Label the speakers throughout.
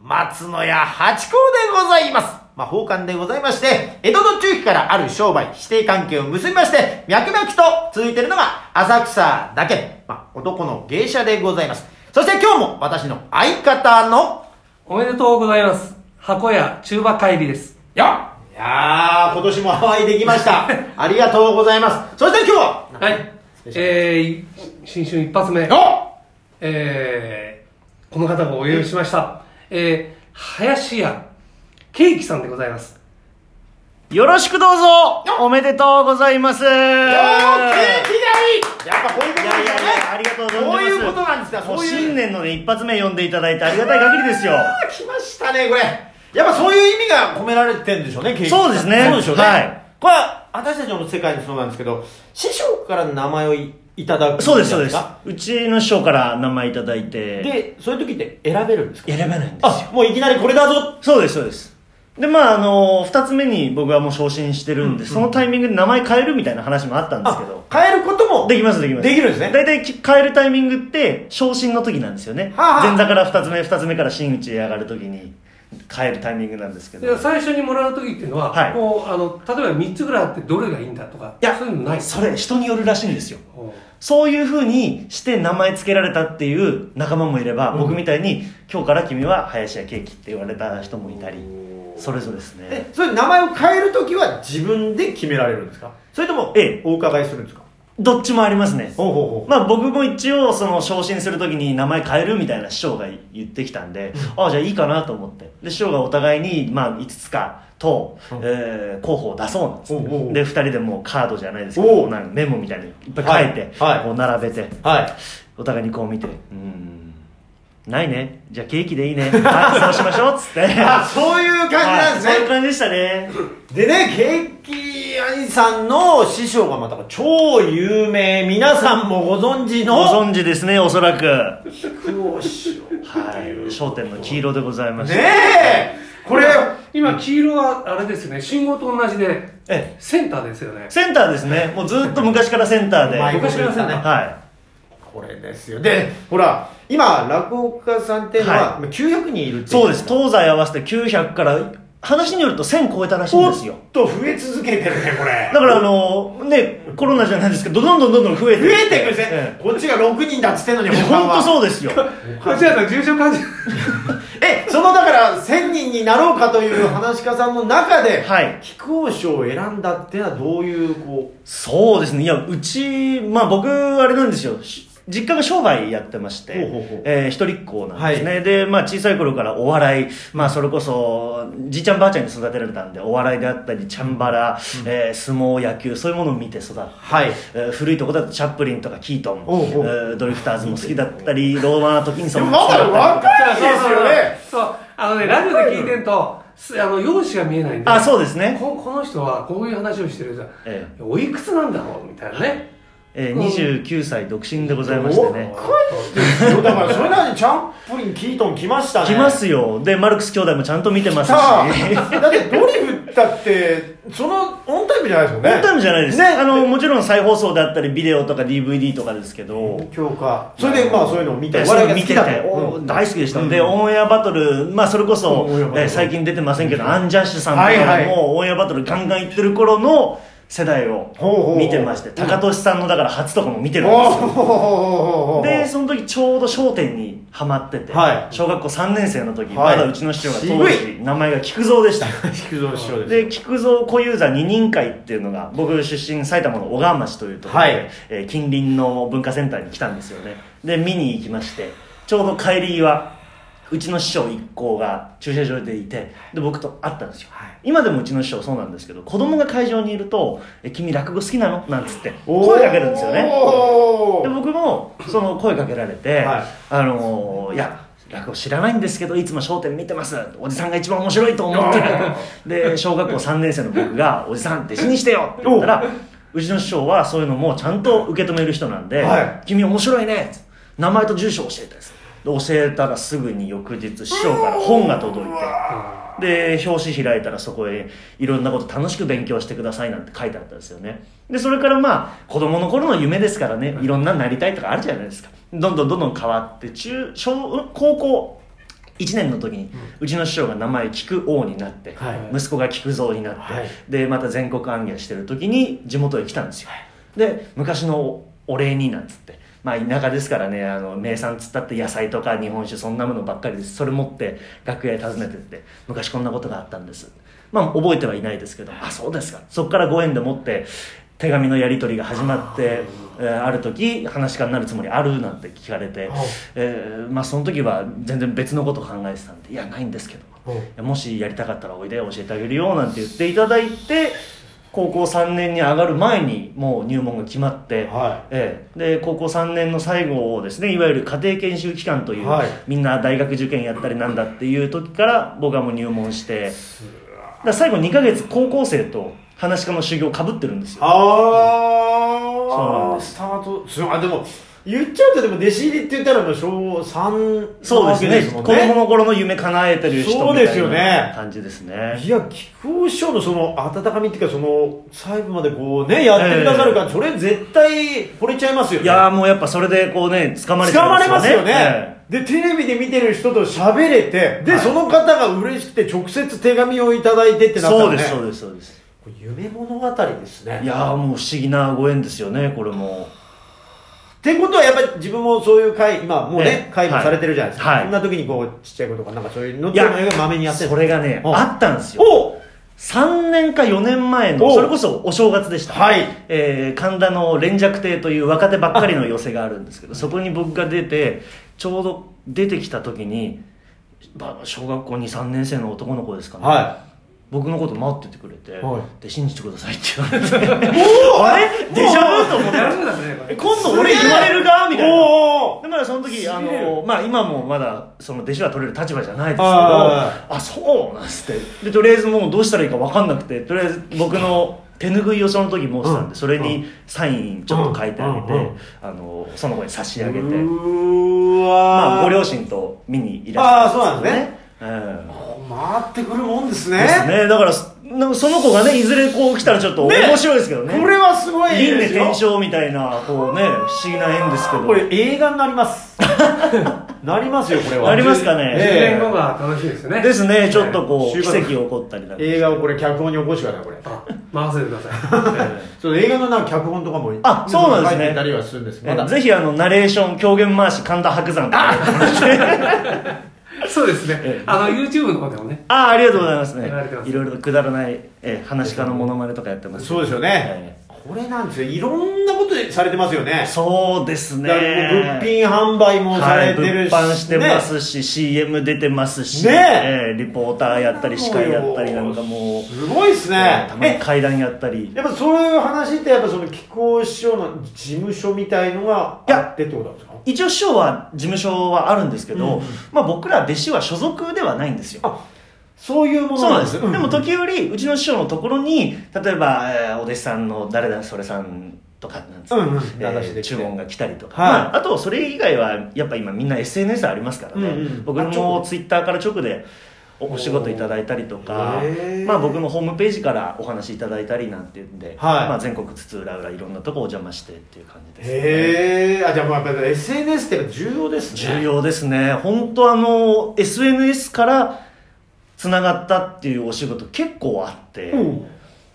Speaker 1: 松野屋八甲でございます。まあ、奉還でございまして、江戸の中期からある商売、指定関係を結びまして、脈々と続いているのが浅草だけ、まあ、男の芸者でございます。そして今日も私の相方の、
Speaker 2: おめでとうございます。箱屋中馬会議です。
Speaker 1: やいやー、今年もハワイできま した。ありがとうございます。そして今日は、
Speaker 2: はい。えー、新春一発目。
Speaker 1: お
Speaker 2: えー、この方がお呼びしました。えー、林家ケーキさんでございます。
Speaker 3: よろしくどうぞおめでとうございますや
Speaker 1: いやー景気がいいやっぱこういうことなん
Speaker 3: い
Speaker 1: です
Speaker 3: や
Speaker 1: よ
Speaker 3: い
Speaker 1: ね
Speaker 3: やありがとう存じます
Speaker 1: こういうことなんですか
Speaker 3: もう
Speaker 1: そういう
Speaker 3: 新年のね一発目呼んでいただいてありがたい限りですよ
Speaker 1: あー来ましたねこれやっぱそういう意味が込められてんでしょうねケーキ
Speaker 3: そうですね
Speaker 1: そうでしょうね、
Speaker 3: はい
Speaker 1: これは私たちの世界もそうなんですけど師匠から名前をいいただくん
Speaker 3: そうですそうです
Speaker 1: か
Speaker 3: うちの師匠から名前いただいて
Speaker 1: でそういう時って選べるんですか
Speaker 3: 選べないんですよ
Speaker 1: あもういきなりこれだぞ
Speaker 3: そうですそうですでまああの2つ目に僕はもう昇進してるんで、そのタイミングで名前変えるみたいな話もあったんですけど
Speaker 1: あ変えることも
Speaker 3: できますできます
Speaker 1: できるんですね
Speaker 3: 大体き変えるタイミングって昇進の時なんですよね、
Speaker 1: はあはあ
Speaker 3: 前座から2つ目2つ目から真打ちへ上がる時に変えるタイミングなんですけど
Speaker 2: で最初にもらう時っていうのは、
Speaker 3: はい
Speaker 2: こうあの例えば3つぐらいあってどれがいいんだとか、
Speaker 3: いや
Speaker 2: そういうのない
Speaker 3: それ人によるらしいんですよ
Speaker 2: おう
Speaker 3: そういうふうにして名前付けられたっていう仲間もいれば、
Speaker 2: うん
Speaker 3: 僕みたいに今日から君は林家ケーキって言われた人もいたりそれぞれですね
Speaker 1: でそれ名前を変える時は自分で決められるんですかそれとも
Speaker 3: ええ
Speaker 1: お伺いするんですか
Speaker 3: どっちもありますね
Speaker 1: ほうほうほう
Speaker 3: まあ僕も一応その昇進するときに名前変えるみたいな師匠が言ってきたんで、ああじゃあいいかなと思ってで師匠がお互いにまあ5つかと、
Speaker 1: うん
Speaker 3: えー候補を出そうなんですね、
Speaker 1: おうおう
Speaker 3: で2人でもうカードじゃないですけ
Speaker 1: お
Speaker 3: ど
Speaker 1: う
Speaker 3: なんかメモみたいにいっぱい書いて、
Speaker 1: はいはい
Speaker 3: こう並べて
Speaker 1: はい
Speaker 3: お互いにこう見てうーんないねじゃあケーキでいいねはいそうしましょうっつって
Speaker 1: あそういう感じなんですね、
Speaker 3: はいそういう感じでしたね
Speaker 1: でね、ケーキ兄さんの師匠がまた超有名、皆さんもご存知
Speaker 3: ご
Speaker 1: の、
Speaker 3: 存知ですねおそらくはい
Speaker 2: 福王師匠
Speaker 3: 『笑点』の黄色でございまし
Speaker 1: ね
Speaker 3: た
Speaker 1: え、これ、
Speaker 2: 今黄色はあれですね信号と同じで
Speaker 3: ええ
Speaker 2: センターですよね
Speaker 3: センターですねもうずっと昔からセンタ ーで
Speaker 1: うまい
Speaker 3: は
Speaker 1: こと
Speaker 2: 昔からセンター
Speaker 3: い
Speaker 1: これですよ。で、ほら、今、落語家さんっていうのは、
Speaker 3: は
Speaker 1: 今900人いるってい
Speaker 3: そうです東西合わせて900から話によると1000超えたらしいん
Speaker 1: お
Speaker 3: で
Speaker 1: っ
Speaker 3: すよ
Speaker 1: と、増え続けてるね、これ。
Speaker 3: だからあのねコロナじゃないですけどどんどんどんどん増えて
Speaker 1: 増えてくるね、
Speaker 3: え
Speaker 1: こっちが6人だっつってんのに、
Speaker 3: えいや
Speaker 1: 他
Speaker 3: 本当
Speaker 1: は。
Speaker 3: そ うですよ
Speaker 2: こちらの重症患者
Speaker 1: え、そのだから、1000人になろうかという話し家さんの中で、
Speaker 3: はい
Speaker 1: 木久扇師匠を選んだっていうのはどういう、こう、
Speaker 3: そうですね。いや、うち、まあ僕、あれなんですよ。し実家が商売やってまして、
Speaker 1: ほうほうほう
Speaker 3: えー一人っ子なんですね、で、まあ小さい頃からお笑い、まあそれこそ、じいちゃんばあちゃんに育てられたんで、お笑いであったり、チャンバラ、えー相撲、野球、そういうものを見て育って、
Speaker 1: はい
Speaker 3: えー古いとこだとチャップリンとかキートン、
Speaker 1: おうおう
Speaker 3: えードリフターズも好きだった り、ローマートキンソンも好き
Speaker 1: で
Speaker 3: だ
Speaker 1: も
Speaker 3: っ
Speaker 1: まだ
Speaker 3: たりと
Speaker 1: 若
Speaker 3: か。
Speaker 1: いですよね。
Speaker 2: そうあのねラジオで聞いてるとすあの容姿が見えないんで
Speaker 3: あ、そうですね。
Speaker 2: ここの人はこういう話をしてるじゃん、
Speaker 3: え
Speaker 2: おいくつなんだろうみたいなね
Speaker 3: えー29歳独身でございましてね。
Speaker 1: そうだからそれなのにチャンプリンキートン来ましたね
Speaker 3: 来ますよ。で、マルクス兄弟もちゃんと見てますし。
Speaker 1: さあだってドリフだってそのオンタイムじゃないですよね
Speaker 3: オンタイムじゃないです、
Speaker 1: ね
Speaker 3: ね、あのもちろん再放送だったりビデオとか DVD とかですけど、
Speaker 1: 強化それでまあそういうのを見て
Speaker 3: え
Speaker 1: お
Speaker 3: それ
Speaker 1: 笑いが
Speaker 3: を見
Speaker 1: 好
Speaker 3: て
Speaker 1: き
Speaker 3: て
Speaker 1: だと、
Speaker 3: お
Speaker 1: うん
Speaker 3: 大好きでした、
Speaker 1: うん
Speaker 3: でオンエアバトル、まあ、それこそ
Speaker 1: うんオンエアバ、トル
Speaker 3: え最近出てませんけど、アンジャッシュさんとかも、
Speaker 1: はいはい
Speaker 3: オンエアバトルガンガン行ってる頃の世代を
Speaker 1: ほうほうほう
Speaker 3: 見てまして高俊さんのだから初とかも見てるん
Speaker 1: お
Speaker 3: ですよ
Speaker 1: お
Speaker 3: でその時ちょうど『笑点』にハマってて、
Speaker 1: はい
Speaker 3: 小学校3年生の時、
Speaker 1: はい
Speaker 3: まだうちの師匠が当
Speaker 1: 渋
Speaker 3: 時名前が菊蔵でした
Speaker 1: 菊蔵師匠です
Speaker 3: で菊蔵小遊三二人会っていうのが僕出身埼玉の小川町というところで、
Speaker 1: はい
Speaker 3: えー近隣の文化センターに来たんですよねで見に行きましてちょうど帰り際うちの師匠一行が駐車場でいてで僕と会ったんですよ、
Speaker 1: はい
Speaker 3: 今でもうちの師匠そうなんですけど子供が会場にいると「え君落語好きなの?」なんつって声かけるんですよね
Speaker 1: お
Speaker 3: で
Speaker 1: ー
Speaker 3: 僕もその声かけられて「
Speaker 1: はい
Speaker 3: あのーいや落語知らないんですけどいつも『笑点』見てますおじさんが一番面白いと思ってる」で小学校3年生の僕が「おじさん弟子にしてよ」って言ったらうちの師匠はそういうのもちゃんと受け止める人なんで「
Speaker 1: はい
Speaker 3: 君面白いね」名前と住所教えたんですで教えたらすぐに翌日師匠から本が届いて。で表紙開いたらそこへいろんなこと楽しく勉強してくださいなんて書いてあったんですよねでそれからまあ子供の頃の夢ですからねいろんななりたいとかあるじゃないですかどんどんどんどん変わって中小うん高校1年の時にうちの師匠が名前菊王になって、
Speaker 1: はい
Speaker 3: 息子が菊蔵になって、
Speaker 1: はい
Speaker 3: でまた全国行脚してる時に地元へ来たんですよ、で昔のおお礼になんつってまあ田舎ですからねあの名産つったって野菜とか日本酒そんなものばっかりですそれ持って楽屋へ訪ねてって昔こんなことがあったんですまあ覚えてはいないですけどあそうですかそっからご縁でもって手紙のやり取りが始まってえーある時話し家になるつもりあるなんて聞かれ
Speaker 1: は
Speaker 3: て
Speaker 1: い、
Speaker 3: えーまあ、その時は全然別のこと考えてたんで「いやないんですけど」
Speaker 1: はい
Speaker 3: もしやりたかったらおいで教えてあげるよなんて言っていただいて高校3年に上がる前にもう入門が決まって、
Speaker 1: はい
Speaker 3: ええで高校3年の最後をですねいわゆる家庭研修期間という、
Speaker 1: はい
Speaker 3: みんな大学受験やったりなんだっていう時から僕はもう入門してだから最後2ヶ月高校生と話し家の修行かぶってるんですよそう
Speaker 1: あ
Speaker 3: なん
Speaker 1: あ
Speaker 3: です
Speaker 1: スタートすあでも言っちゃうとでも弟子入りって言ったらもう小三
Speaker 3: そうですね
Speaker 1: もん
Speaker 3: 子供の頃の夢叶えてる人みた
Speaker 1: そうです
Speaker 3: い
Speaker 1: よね
Speaker 3: な感じですね
Speaker 1: いや菊王師匠のその温かみっていうかその細部までこうねやってくださるから、それ絶対惚れちゃいますよね
Speaker 3: いやーもうやっぱそれでこうね掴まれちゃ
Speaker 1: 掴
Speaker 3: い
Speaker 1: まれますよね、
Speaker 3: ええ
Speaker 1: でテレビで見てる人と喋れてで、
Speaker 3: はい
Speaker 1: その方が嬉しくて直接手紙をいただいてってなった
Speaker 3: そ
Speaker 1: ら
Speaker 3: う
Speaker 1: ね
Speaker 3: ですそうですそうです
Speaker 1: これ夢物語ですね
Speaker 3: いやーもう不思議なご縁ですよねこれも
Speaker 1: ってことはやっぱり自分もそういう会今もうね
Speaker 3: ええ
Speaker 1: 会もされてるじゃないですか、
Speaker 3: はい
Speaker 1: そんな時にこうちっちゃい子とかなんかそういうのっ
Speaker 3: い
Speaker 1: て
Speaker 3: や
Speaker 1: いうのまめにやってる
Speaker 3: それがね
Speaker 1: うん
Speaker 3: あったんですよ
Speaker 1: おう
Speaker 3: 3年か4年前
Speaker 1: お
Speaker 3: のそれこそお正月でした、
Speaker 1: はい
Speaker 3: えー神田の連雀亭という若手ばっかりの寄席があるんですけどそこに僕が出てちょうど出てきた時にまあ小学校23年生の男の子ですかね、
Speaker 1: は
Speaker 3: 僕のこと待っててくれて、
Speaker 1: はい
Speaker 3: で信じてくださいって言われて
Speaker 1: い おおあれ
Speaker 3: デジャブと思って
Speaker 2: やるんだねこれ
Speaker 3: 今度俺言われる側みたいな
Speaker 1: おー
Speaker 3: でまだその時あ
Speaker 1: しびれ
Speaker 3: の、まあ、今もまだその弟子は取れる立場じゃないですけど
Speaker 1: は
Speaker 3: あそうなんですってでとりあえずもうどうしたらいいか分かんなくてとりあえず僕の手拭いをその時申してたんで、
Speaker 1: うん
Speaker 3: それにサインちょっと書いてあげ
Speaker 1: う
Speaker 3: て、
Speaker 1: んうんうん
Speaker 3: あのその子に差し上げて、
Speaker 1: うーわー
Speaker 3: まあ、ご両親と見にいらっしゃったんですよねうん
Speaker 1: 回ってくるもんですね
Speaker 3: ですねだからなんかその子がねいずれこう来たらちょっと
Speaker 1: ね
Speaker 3: 面白いですけどね
Speaker 1: これはすごいです
Speaker 3: 輪
Speaker 1: よ
Speaker 3: 廻転生みたいなこうね不思議な縁ですけど
Speaker 1: これ映画になります なりますよこれは
Speaker 3: なりますかね
Speaker 2: 10
Speaker 1: ええ
Speaker 2: 年後が楽しいですよね
Speaker 3: ですねちょっとこう
Speaker 1: 終
Speaker 3: 奇
Speaker 1: 盤
Speaker 3: 跡起こったりなんか
Speaker 1: 映画をこれ脚本に起こしてくださいこれ
Speaker 2: あ任せてくださ
Speaker 1: その映画のなんか脚本とかも
Speaker 3: あそうなんですね
Speaker 1: 書いてたりはするんですまだ
Speaker 3: ぜひあのナレーション狂言回し神田伯山あ
Speaker 2: いそうですねあの YouTube の方でもね
Speaker 3: あありがとうございますね
Speaker 2: やられてます
Speaker 3: いろいろとくだらないえ話し家のモノマネとかやってます
Speaker 1: そうですよね、これなんですよいろんなことでされてますよね
Speaker 3: そうですね
Speaker 1: だからもう物品販売もさ
Speaker 3: は
Speaker 1: れ
Speaker 3: い、
Speaker 1: て
Speaker 3: 物
Speaker 1: るし、
Speaker 3: 販してま
Speaker 1: ね
Speaker 3: すし、CM 出てますし、
Speaker 1: ね
Speaker 3: えーリポーターやったり司会やったりなんかもう、
Speaker 1: すごいですね
Speaker 3: たまに階段やったり
Speaker 1: えやっぱそういう話ってやっぱその木久扇師匠の事務所みたいのが
Speaker 3: いや
Speaker 1: あってってことなんですか
Speaker 3: 一応師匠は事務所はあるんですけど、
Speaker 1: うん
Speaker 3: まあ、僕ら弟子は所属ではないんですよ
Speaker 1: あそういうもの
Speaker 3: そうなんです、
Speaker 1: う
Speaker 3: でも時折うちの師匠のところに例えば、えーお弟子さんの誰だそれさんとかなんつって、
Speaker 1: うんうん
Speaker 3: え
Speaker 1: 名指しで
Speaker 3: ー
Speaker 1: 来て
Speaker 3: 注文が来たりとか、
Speaker 1: はい
Speaker 3: まあ、あとそれ以外はやっぱ今みんな SNS ありますからね、
Speaker 1: うんうん
Speaker 3: 僕
Speaker 1: あ直
Speaker 3: もツイッターから直でおお仕事いただいたりとか
Speaker 1: へー、
Speaker 3: まあ、僕のホームページからお話いただいたりなんていうんで、
Speaker 1: はい
Speaker 3: まあ、全国津々浦々いろんなとこお邪魔してっていう感じですね、
Speaker 1: へえあじゃあもうやっぱり SNS って重要ですね
Speaker 3: 重要ですね本当あの SNS からつながったっていうお仕事結構あって、
Speaker 1: うん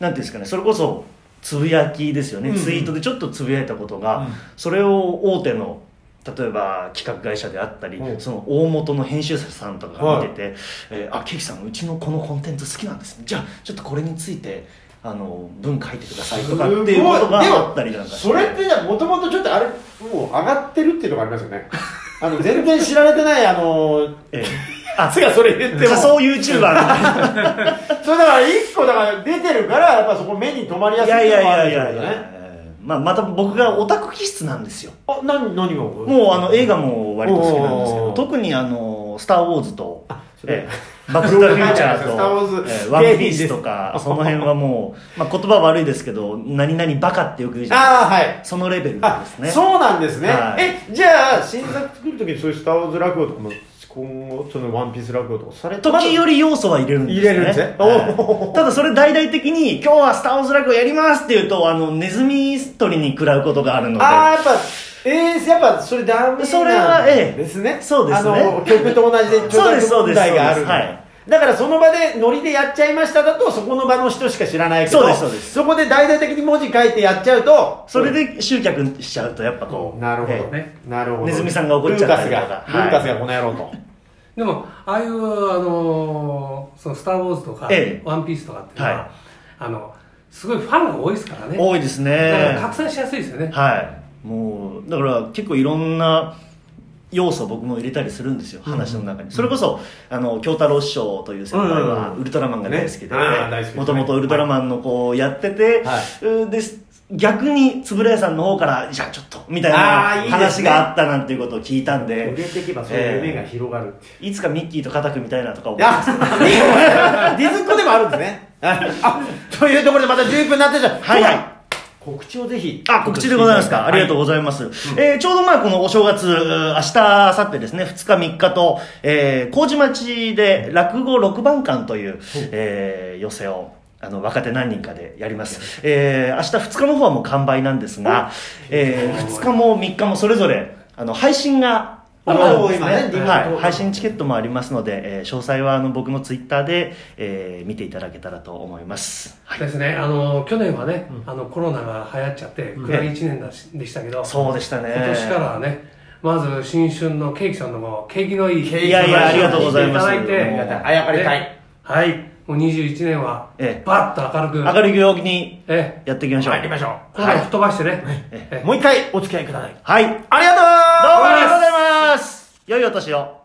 Speaker 3: なんていうんですかねそれこそつぶやきですよね、
Speaker 1: うんうん
Speaker 3: ツイートでちょっとつぶやいたことが、
Speaker 1: うん
Speaker 3: それを大手の例えば企画会社であったり、
Speaker 1: うん
Speaker 3: その大元の編集者さんとかが見てて「えーあケーキさんうちのこのコンテンツ好きなんですねじゃあちょっとこれについてあの文書いてください」とかっていうことが
Speaker 1: すごい
Speaker 3: あったりなんかして
Speaker 1: それってじゃあもともとちょっとあれもう上がってるっていうのがありますよねあの全然知られてないあ の
Speaker 3: ええあ
Speaker 1: つがそれ言っても
Speaker 3: 仮想 YouTuber みたい
Speaker 1: それ
Speaker 3: な
Speaker 1: だから一個だから出てるからやっぱそこ目に留まりや
Speaker 3: い
Speaker 1: すいっ
Speaker 3: や
Speaker 1: ていう
Speaker 3: いや
Speaker 1: のもある
Speaker 3: い
Speaker 1: ん
Speaker 3: やい
Speaker 1: で
Speaker 3: や
Speaker 1: すよ
Speaker 3: い
Speaker 1: ね
Speaker 3: や、まあ、また僕がオタク気質なんですよ
Speaker 1: あ何何を
Speaker 3: もうあの映画も割と好きなんですけ
Speaker 1: おー
Speaker 3: ど特にあの「スター・ウォーズ」と「
Speaker 1: それ
Speaker 3: ええバック・トゥ・フューチャー」
Speaker 1: スターウォー
Speaker 3: と
Speaker 1: ズ
Speaker 3: ええ「ワン・ピース」とかその辺はもう、まあ、言葉悪いですけど「何々バカ」ってよく言うじゃない
Speaker 1: ああはい
Speaker 3: そのレベル
Speaker 1: あ
Speaker 3: ですね
Speaker 1: そうなんですね、
Speaker 3: はい
Speaker 1: えじゃあ新作作る時にそういう「スター・ウォーズ」落語とかも今後その「ワンピース」落語とかされて
Speaker 3: 時
Speaker 1: まだ
Speaker 3: 折要素は入れるんですね
Speaker 1: 入れるんですね
Speaker 3: はいただそれ大々的に「今日はスター・ウォーズ・ラグをやります」って言うとあのネズミ取りに食らうことがあるので
Speaker 1: ああやっぱえー、やっぱそれダメなん
Speaker 3: それはええ
Speaker 1: ですね。
Speaker 3: そうですね
Speaker 1: あの、曲と同じで著
Speaker 3: そうです
Speaker 1: 作
Speaker 3: そう
Speaker 1: 問
Speaker 3: です
Speaker 1: 題があるんだ
Speaker 3: そうですはい
Speaker 1: だからその場でノリでやっちゃいましただとそこの場の人しか知らないけど
Speaker 3: そうですそうです
Speaker 1: こで大々的に文字書いてやっちゃうと
Speaker 3: それで集客しちゃうとやっぱこう
Speaker 1: なるほど
Speaker 3: ええ
Speaker 1: ね
Speaker 2: ね、
Speaker 1: なるほど
Speaker 3: ネズミさんが怒っちゃったりとか
Speaker 1: ルーカスが、
Speaker 3: はい
Speaker 1: ルーカスがこの野郎と
Speaker 2: でもああいうあのーそのスター・ウォーズとか、
Speaker 3: ええ
Speaker 2: ワンピースとかっていうのは、
Speaker 3: はい
Speaker 2: あのすごいファンが多いですからね。
Speaker 3: 多いです
Speaker 2: だから
Speaker 3: ね
Speaker 2: 拡散しやすいですよね。
Speaker 3: はいもうだから結構いろんな要素を僕も入れたりするんですよ、話の中にそれこそあの京太郎師匠という先輩
Speaker 1: うん
Speaker 3: は
Speaker 1: うんうん
Speaker 3: ウルトラマンが大好きで
Speaker 1: ねああ大好きですね
Speaker 3: もともとウルトラマンのこうやってて、
Speaker 1: は
Speaker 3: うんで逆に円谷さんの方からじゃあちょっとみたいな
Speaker 1: ああいいです
Speaker 3: 話
Speaker 1: ね
Speaker 3: があったなんていうことを聞いたんで
Speaker 1: 売れていけばそういう夢が広がる、
Speaker 3: いつかミッキーと肩組みたいなとか思
Speaker 1: いや、ディズニーコでもあるんですね。あ、というところでまた11分になってしまう。
Speaker 3: はいはい
Speaker 1: そうだ。告知をぜひ。
Speaker 3: あ、告知でございますか。ありがとう
Speaker 1: う。
Speaker 3: ございます。えーちょうどまあ、このお正月、うー明日、明後日ですね、2日、3日と、えー、麹町で落語6番館という、えー寄席を、あの、若手何人かでやります。えー、明日2日の方はもう完売なんですが、えー、2日も3日もそれぞれ、あの、配信が、
Speaker 1: あ
Speaker 3: あるんです
Speaker 1: もう今ねリモート
Speaker 3: はい、配信チケットもありますので、えー詳細はあの僕のツイッターで、えー見ていただけたらと思います。
Speaker 2: ですね。あの去年はね、あのコロナが流行っちゃって暗い一年だし、でしたけど、
Speaker 3: そうでしたね。
Speaker 2: 今年からはね、まず新春のケーキさんのも景気のい
Speaker 1: 景
Speaker 2: い
Speaker 1: 気のいい
Speaker 3: いやいや、ありがとうございます。
Speaker 2: いただいて
Speaker 1: ありがたいあやっぱりかい。
Speaker 2: はい。もう21年は、
Speaker 3: ええ
Speaker 2: バッと明るく、
Speaker 3: 明るい病気に
Speaker 2: え
Speaker 3: やっていきましょう。
Speaker 1: 参りましょう。
Speaker 2: え、コロナを吹っ飛ばしてね、ええ
Speaker 1: もう一回お付き合いください。
Speaker 3: はい。どうも
Speaker 1: ありがとう
Speaker 3: ありがとうございます。良いお年を。